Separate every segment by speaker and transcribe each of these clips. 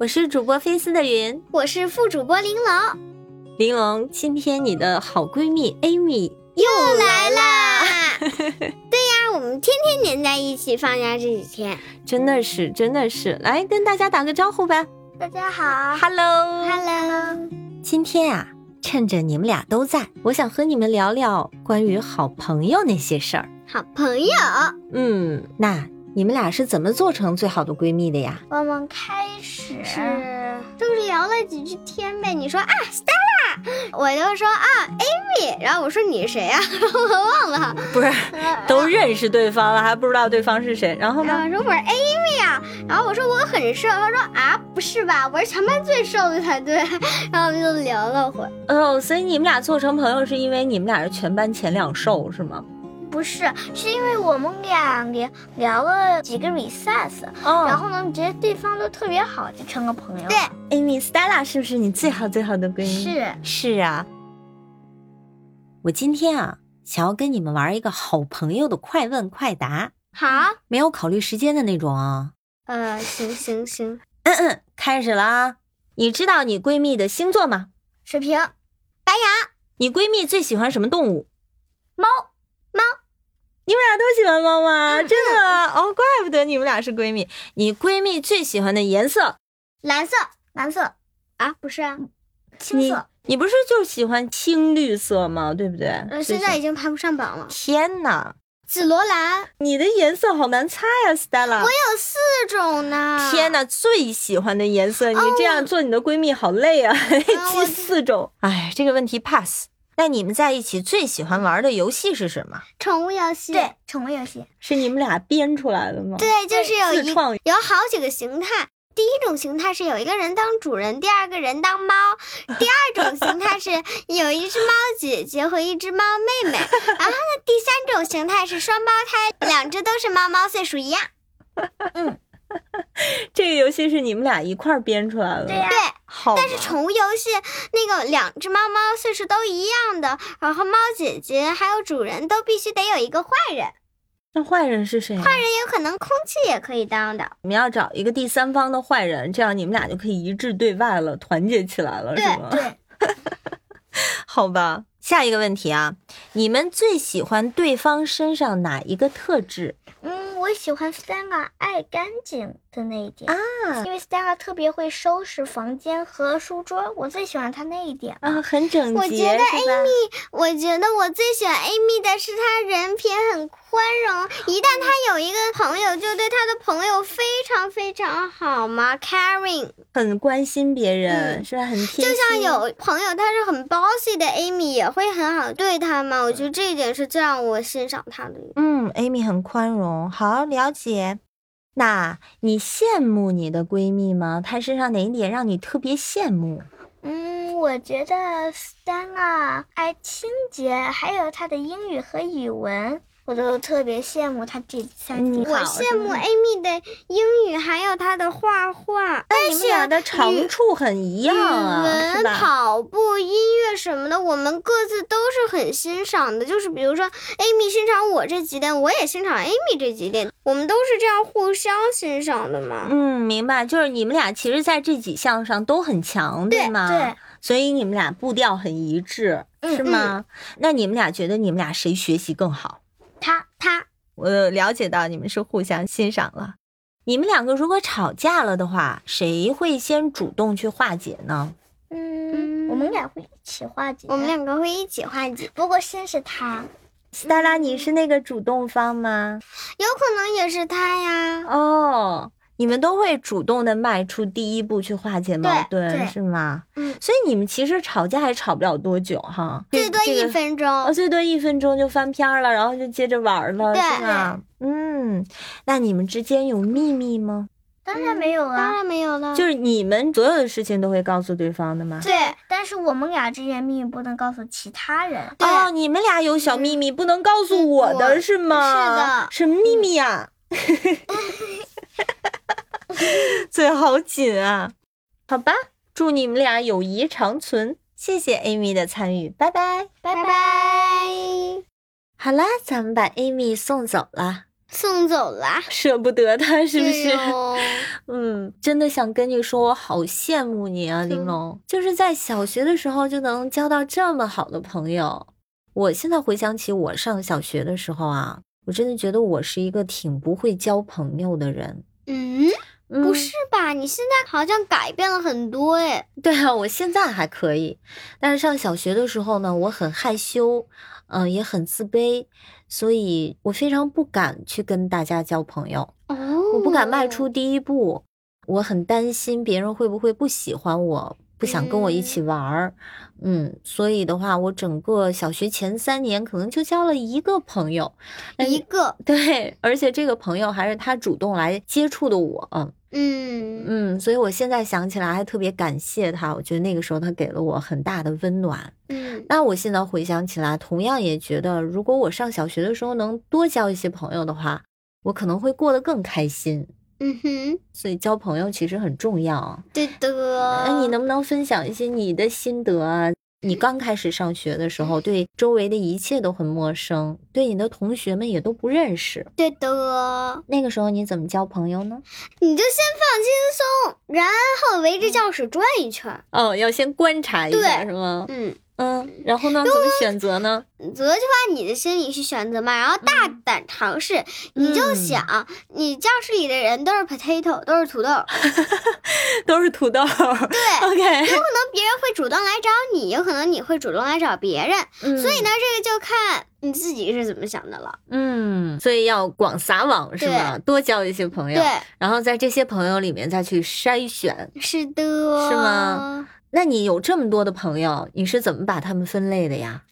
Speaker 1: 我是主播菲斯的云，
Speaker 2: 我是副主播玲珑。
Speaker 1: 玲珑，今天你的好闺蜜 Amy
Speaker 2: 又来啦！ 对呀，我们天天黏在一起，放假这几天
Speaker 1: 真的是真的是，来跟大家打个招呼吧。
Speaker 2: 大家好
Speaker 1: 啊，Hello，
Speaker 2: ，Hello，
Speaker 1: 今天啊，趁着你们俩都在，我想和你们聊聊关于好朋友那些事儿。
Speaker 2: 好朋友，
Speaker 1: 嗯，那你们俩是怎么做成最好的闺蜜的呀？
Speaker 2: 我们开始是就是聊了几句天呗。你说啊，Stella，我就说啊，Amy，然后我说你是谁呀、然后我忘了，
Speaker 1: 不是，
Speaker 2: 呃
Speaker 1: 都认识对方了，还不知道对方是谁，然后
Speaker 2: 然后
Speaker 1: 呢？
Speaker 2: 我说我是 Amy 啊，然后我说我很瘦，他说啊不是吧，我是全班最瘦的才对， 然后我们就聊了会儿。
Speaker 1: 哦，所以你们俩做成朋友是因为你们俩是全班前两瘦是吗？
Speaker 2: 不是，是因为我们俩聊聊了几个 recess，、
Speaker 1: 哦
Speaker 2: 后呢，觉得对方都特别好，就成了朋友。对，
Speaker 1: ，Amy Stella 是不是你最好最好的闺蜜？
Speaker 2: 是
Speaker 1: 是啊，我今天啊，想要跟你们玩一个好朋友的快问快答，
Speaker 2: 好，
Speaker 1: 没有考虑时间的那种啊。嗯
Speaker 2: 呃，行行行，
Speaker 1: 开始了啊！你知道你闺蜜的星座吗？
Speaker 2: 水瓶，
Speaker 1: 你闺蜜最喜欢什么动物？
Speaker 2: 猫，
Speaker 1: 你们俩都喜欢猫吗？
Speaker 2: 嗯
Speaker 1: 真的啊哦，怪不得你们俩是闺蜜。你闺蜜最喜欢的颜色？
Speaker 2: 蓝色，蓝色啊，不是啊，青
Speaker 1: 你
Speaker 2: 色。
Speaker 1: 你不是就喜欢青绿色吗？对不对？
Speaker 2: 呃，现
Speaker 1: 最喜欢
Speaker 2: 在已经排不上榜了。
Speaker 1: 天哪，
Speaker 2: 紫罗兰
Speaker 1: 你的颜色好难猜啊，Stella。
Speaker 2: 有四种呢。
Speaker 1: 天
Speaker 2: 哪，
Speaker 1: 呐，最喜欢的颜色，你这样做你的闺蜜好累哦 啊，记
Speaker 2: 我
Speaker 1: 四种。哎，这个问题 pass。那你们在一起最喜欢玩的游戏是什么？
Speaker 2: 宠物游戏对，宠物游戏
Speaker 1: 是你们俩编出来的吗？
Speaker 2: 对，就是有
Speaker 1: 自
Speaker 2: 一
Speaker 1: 创
Speaker 2: 有好几个形态。第一种形态是有一个人当主人，第二个人当猫；第二种形态是有一只猫姐姐和一只猫妹妹。然后呢，第三种形态是双胞胎，两只都是猫猫，岁数一样。
Speaker 1: 这个游戏是你们俩一块儿编出来的。
Speaker 2: 对，
Speaker 1: 好玩。
Speaker 2: 但是宠物游戏那个两只猫猫岁数都一样的，然后猫姐姐还有主人都必须得有一个坏人，
Speaker 1: 那坏人是谁啊？
Speaker 2: 坏人有可能空气也可以当的。
Speaker 1: 你们要找一个第三方的坏人，这样你们俩就可以一致对外了，团结起来了，
Speaker 2: 对
Speaker 1: 是吗？
Speaker 2: 对，
Speaker 1: 好吧。下一个问题啊，你们最喜欢对方身上哪一个特质？
Speaker 3: 嗯，我喜欢 Stella 爱干净的那一点
Speaker 1: 啊，
Speaker 3: 因为 Stella 特别会收拾房间和书桌，我最喜欢她那一点。
Speaker 1: 啊，很整洁，
Speaker 2: 我觉得
Speaker 1: 是吧
Speaker 2: 我觉得我最喜欢 Amy 的是她人品很宽容，一旦她有一个朋友，就对她的朋友非常非常好嘛，caring。
Speaker 1: 很关心别人，是吧？很贴
Speaker 2: 嗯就
Speaker 1: 心。
Speaker 2: 像有朋友她是很 bossy 的，Amy 也会很好对她嘛。我觉得这一点是最让我欣赏她的。
Speaker 1: 嗯，Amy 很宽容，好了解。那你羡慕你的闺蜜吗？她身上哪一点让你特别羡慕？
Speaker 3: 嗯，我觉得
Speaker 2: 啊
Speaker 3: Stella 爱清洁，还有她的英语和语文，我都特别羡慕她这三
Speaker 1: 嗯
Speaker 3: 点。
Speaker 2: 我
Speaker 1: 好
Speaker 2: 羡慕 Amy 的英语，还有她的画画。
Speaker 1: 但是俩的长处很一样啊，
Speaker 2: 语
Speaker 1: 是
Speaker 2: 嗯文、
Speaker 1: 吧？
Speaker 2: 跑步、音乐什么的，我们各自都是很欣赏的。就是比如说，Amy 欣赏我这几点，我也欣赏 Amy 这几点，我们都是这样互相欣赏的嘛。
Speaker 1: 嗯，明白，就是你们俩其实在这几项上都很强，
Speaker 2: 对
Speaker 1: 吗？
Speaker 3: 对，
Speaker 1: 所以你们俩步调很一致，
Speaker 3: 嗯
Speaker 1: 是吗？那你们俩觉得你们俩谁学习更好？
Speaker 3: 她
Speaker 2: 她
Speaker 1: 我了解到你们是互相欣赏了。你们两个如果吵架了的话，谁会先主动去化解呢？
Speaker 3: 嗯，我们俩会一起化解。
Speaker 2: 我们，两个会一起化解，
Speaker 3: 不过先是她，
Speaker 1: 斯黛拉，你是那个主动方吗？
Speaker 2: 有可能也是她呀。
Speaker 1: 哦，你们都会主动的迈出第一步去化解矛盾，
Speaker 3: 对
Speaker 1: 是吗？
Speaker 2: 嗯
Speaker 1: 所以你们其实吵架也吵不了多久哈，
Speaker 2: 最多
Speaker 1: 这
Speaker 2: 一
Speaker 1: 个
Speaker 2: 分钟，
Speaker 1: 哦，最多一分钟就翻篇儿了，然后就接着玩儿了，
Speaker 2: 对
Speaker 1: 是吧？嗯，那你们之间有秘密吗？
Speaker 3: 当然没有
Speaker 2: 嗯当
Speaker 3: 啊。
Speaker 2: 然没有了。
Speaker 1: 就是你们所有的事情都会告诉对方的吗？
Speaker 2: 对，
Speaker 3: 但是我们俩之间秘密不能告诉其他人。
Speaker 2: 对
Speaker 1: 哦，你们俩有小秘密，不能告诉我的
Speaker 2: 嗯
Speaker 1: 是吗？
Speaker 2: 是的
Speaker 1: 什么秘密 啊？嘴好紧啊！好吧，祝你们俩友谊长存。谢谢 Amy 的参与，拜拜。
Speaker 2: 拜拜。
Speaker 1: 好啦，咱们把 Amy 送走了。哎
Speaker 2: 送走了，
Speaker 1: 舍不得他是不是
Speaker 2: 对？哦
Speaker 1: 嗯，真的想跟你说，我好羡慕你啊，玲
Speaker 2: 嗯
Speaker 1: 珑，就是在小学的时候就能交到这么好的朋友。我现在回想起我上小学的时候啊，我真的觉得我是一个挺不会交朋友的人。
Speaker 2: 嗯，
Speaker 1: 嗯
Speaker 2: 不是吧？你现在好像改变了很多哎。
Speaker 1: 对啊，我现在还可以，但是上小学的时候呢，我很害羞，嗯、也很自卑，所以我非常不敢去跟大家交朋友，
Speaker 2: 哦，
Speaker 1: 我不敢迈出第一步，我很担心别人会不会不喜欢我，不想跟我一起玩儿，嗯，所以的话，我整个小学前三年可能就交了一个朋友， 但
Speaker 2: 嗯一
Speaker 1: 是
Speaker 2: 个，
Speaker 1: 对，而且这个朋友还是他主动来接触的我，嗯。
Speaker 2: 嗯
Speaker 1: 嗯，所以我现在想起来还特别感谢他，我觉得那个时候他给了我很大的温暖。
Speaker 2: 嗯
Speaker 1: 那我现在回想起来，同样也觉得，如果我上小学的时候能多交一些朋友的话，我可能会过得更开心。
Speaker 2: 嗯哼，
Speaker 1: 所以交朋友其实很重要啊。
Speaker 2: 对的。
Speaker 1: 那哎你能不能分享一些你的心得啊？你刚开始上学的时候，对周围的一切都很陌生，对你的同学们也都不认识。
Speaker 2: 对的，
Speaker 1: 那个时候你怎么交朋友呢？
Speaker 2: 你就先放轻松，然后围
Speaker 1: 嗯
Speaker 2: 着教室转一圈儿。
Speaker 1: 哦，要先观察一下，
Speaker 2: 对
Speaker 1: 是吗？
Speaker 2: 嗯，
Speaker 1: 嗯，然后呢？怎么选择呢？
Speaker 2: 择就按你的心理去选择嘛，然后大胆尝试。你就
Speaker 1: 嗯
Speaker 2: 想，你教室里的人都是 potato，都是土豆，
Speaker 1: 都是土豆。对
Speaker 2: 可
Speaker 1: ，OK，
Speaker 2: 能别人会主动来找你，有可能你会主动来找别人。
Speaker 1: 所
Speaker 2: 所以呢，，这个就看你自己是怎么想的了。
Speaker 1: 嗯，所以要广撒网是吧？多交一些朋友，
Speaker 2: 对，
Speaker 1: 然后在这些朋友里面再去筛选。
Speaker 2: 是的，
Speaker 1: 是吗？那你有这么多的朋友，你是怎么把他们分类的呀？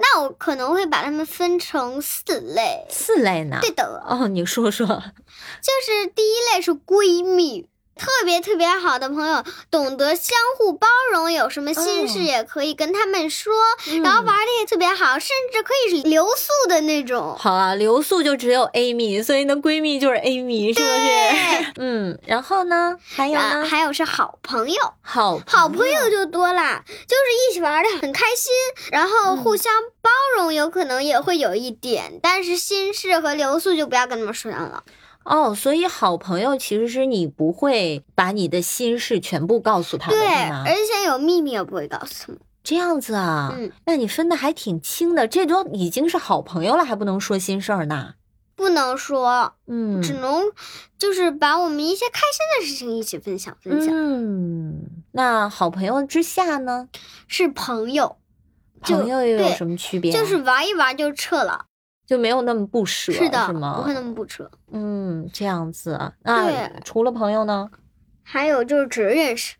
Speaker 2: 那我可能会把它们分成四类。
Speaker 1: 四类呢？
Speaker 2: 对的，
Speaker 1: 哦，你说说，
Speaker 2: 就是第一类是闺蜜。特别特别好的朋友，懂得相互包容，有什么心事
Speaker 1: 哦
Speaker 2: 也可以跟他们说， 然
Speaker 1: 然
Speaker 2: 后
Speaker 1: 后
Speaker 2: 玩的也特别好，甚至可以留宿的那种。
Speaker 1: 好啊，留宿就只有 Amy，所以呢，闺蜜就是 Amy，是不是？嗯，然后呢？还有
Speaker 2: 啊，
Speaker 1: 呢？
Speaker 2: 哎还有是好朋友，
Speaker 1: 好
Speaker 2: 好朋友就多
Speaker 1: 嗯
Speaker 2: 啦，就是一起玩的很开心，然后互相包容，有可能也会有一
Speaker 1: 嗯
Speaker 2: 点，但是心事和留宿就不要跟他们商量了。
Speaker 1: 哦，所以好朋友其实是你不会把你的心事全部告诉他们，
Speaker 2: 对，
Speaker 1: 是吗
Speaker 2: 而且有秘密也不会告诉他们。
Speaker 1: 这样子啊，
Speaker 2: 嗯
Speaker 1: 那你分的还挺清的，这都已经是好朋友了，还不能说心事儿呢。
Speaker 2: 不能说，
Speaker 1: 嗯
Speaker 2: 只能就是把我们一些开心的事情一起分享分享，
Speaker 1: 嗯，那好朋友之下呢，
Speaker 2: 是朋友，就
Speaker 1: 朋友又有
Speaker 2: 对
Speaker 1: 什么区别啊？
Speaker 2: 就是玩一玩就撤了。
Speaker 1: 就没有那么不舍，
Speaker 2: 是的，
Speaker 1: 是
Speaker 2: 不会
Speaker 1: 吗？
Speaker 2: 那么不撤。
Speaker 1: 嗯，这样子啊。那
Speaker 2: 对
Speaker 1: 除了朋友呢，
Speaker 2: 还有就是只认识，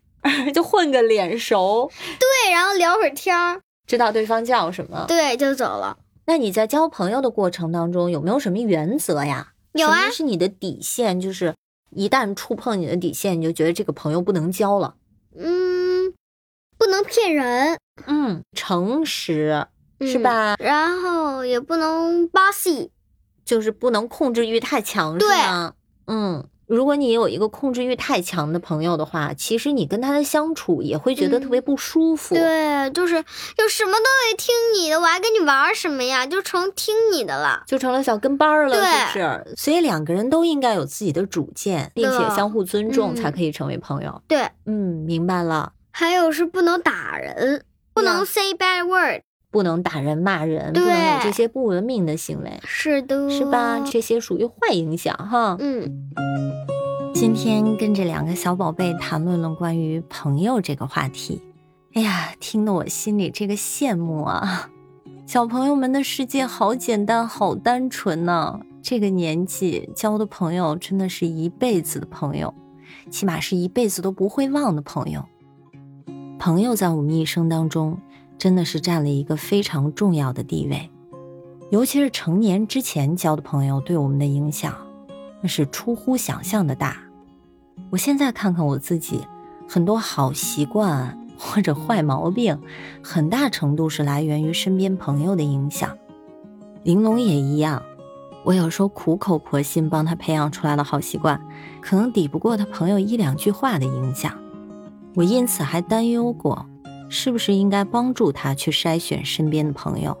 Speaker 1: 就混个脸熟，
Speaker 2: 对，然后聊会儿天儿，
Speaker 1: 知道对方叫什么。
Speaker 2: 对，就走了。
Speaker 1: 那你在交朋友的过程当中，有没有什么原则呀？
Speaker 2: 有啊
Speaker 1: 什么是你的底线？就是一旦触碰你的底线，你就觉得这个朋友不能交了。
Speaker 2: 嗯，不能骗人，
Speaker 1: 嗯，诚实是
Speaker 2: 嗯？
Speaker 1: 吧？
Speaker 2: 然后也不能 bossy，
Speaker 1: 就是不能控制欲太强，是
Speaker 2: 对
Speaker 1: 吗？嗯，如果你有一个控制欲太强的朋友的话，其实你跟他的相处也会觉得特别不舒服。
Speaker 2: 嗯对，就是就什么都得听你的，我还跟你玩儿什么呀？就成听你的了。
Speaker 1: 就成了小跟班儿了，
Speaker 2: 对
Speaker 1: 是不是？所以两个人都应该有自己的主见，并且相互尊重，
Speaker 2: 嗯
Speaker 1: 才可以成为朋友。
Speaker 2: 对，
Speaker 1: 嗯，明白了，
Speaker 2: 还有是不能打人，不
Speaker 1: 那
Speaker 2: 能 say bad word。
Speaker 1: 不能打人、骂人，不
Speaker 2: 对嗯
Speaker 1: 能有这些不文明的行为，
Speaker 2: 是的，
Speaker 1: 是吧？这些属于坏影响，哈。
Speaker 2: 嗯，
Speaker 1: 今天跟这两个小宝贝谈论了关于朋友这个话题，哎呀，听得我心里这个羡慕啊！ 小朋友们的世界好简单，好单纯呐、这个年纪交的朋友真的是一辈子的朋友，起码是一辈子都不会忘的朋友。朋友在我们一生当中真的是占了一个非常重要的地位，尤其是成年之前交的朋友对我们的影响，那是出乎想象的大。我现在看看我自己，很多好习惯或者坏毛病，很大程度是来源于身边朋友的影响。玲珑也一样，我有时候苦口婆心帮他培养出来的好习惯，可能抵不过他朋友一两句话的影响。我因此还担忧过，是不是应该帮助他去筛选身边的朋友。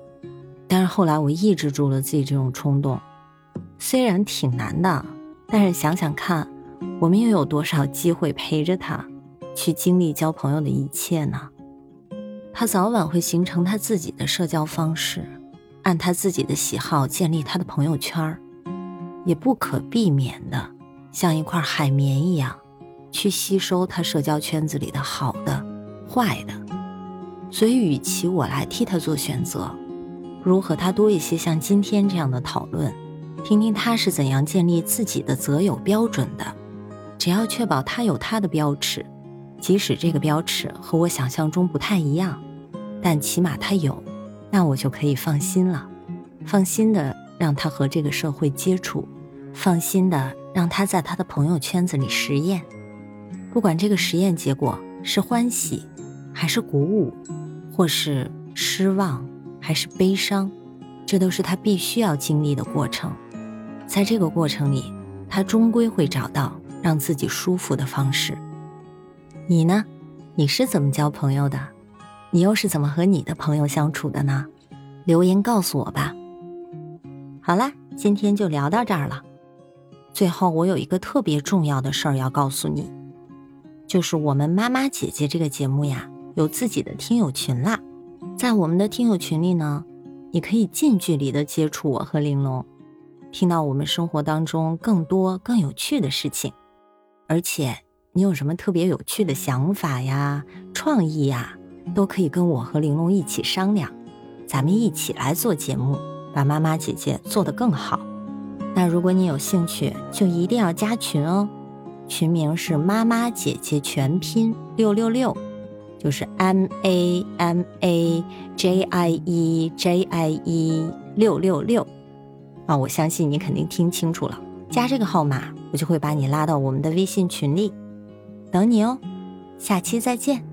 Speaker 1: 但是后来我抑制住了自己这种冲动，虽然挺难的，但是想想看，我们又有多少机会陪着他，去经历交朋友的一切呢？他早晚会形成他自己的社交方式，按他自己的喜好建立他的朋友圈儿，也不可避免的像一块海绵一样，去吸收他社交圈子里的好的、坏的。所以，与其我来替他做选择，不如和他多一些像今天这样的讨论，听听他是怎样建立自己的择友标准的。只要确保他有他的标尺，即使这个标尺和我想象中不太一样，但起码他有，那我就可以放心了。放心的让他和这个社会接触，放心的让他在他的朋友圈子里实验。不管这个实验结果是欢喜，还是鼓舞，或是失望，还是悲伤，这都是他必须要经历的过程。在这个过程里，他终归会找到让自己舒服的方式。你呢？你是怎么交朋友的？你又是怎么和你的朋友相处的呢？留言告诉我吧。好啦，今天就聊到这儿了。最后，我有一个特别重要的事儿要告诉你，就是我们妈妈姐姐这个节目呀，有自己的听友群啦。在我们的听友群里呢，你可以近距离的接触我和玲珑，听到我们生活当中更多更有趣的事情，而且你有什么特别有趣的想法呀、创意呀，都可以跟我和玲珑一起商量，咱们一起来做节目，把妈妈姐姐做得更好。那如果你有兴趣，就一定要加群哦，群名是“妈妈姐姐全拼六六六”，就是 M A M A J I E J I E 六六六啊！我相信你肯定听清楚了，加这个号码，我就会把你拉到我们的微信群里，等你哦。下期再见。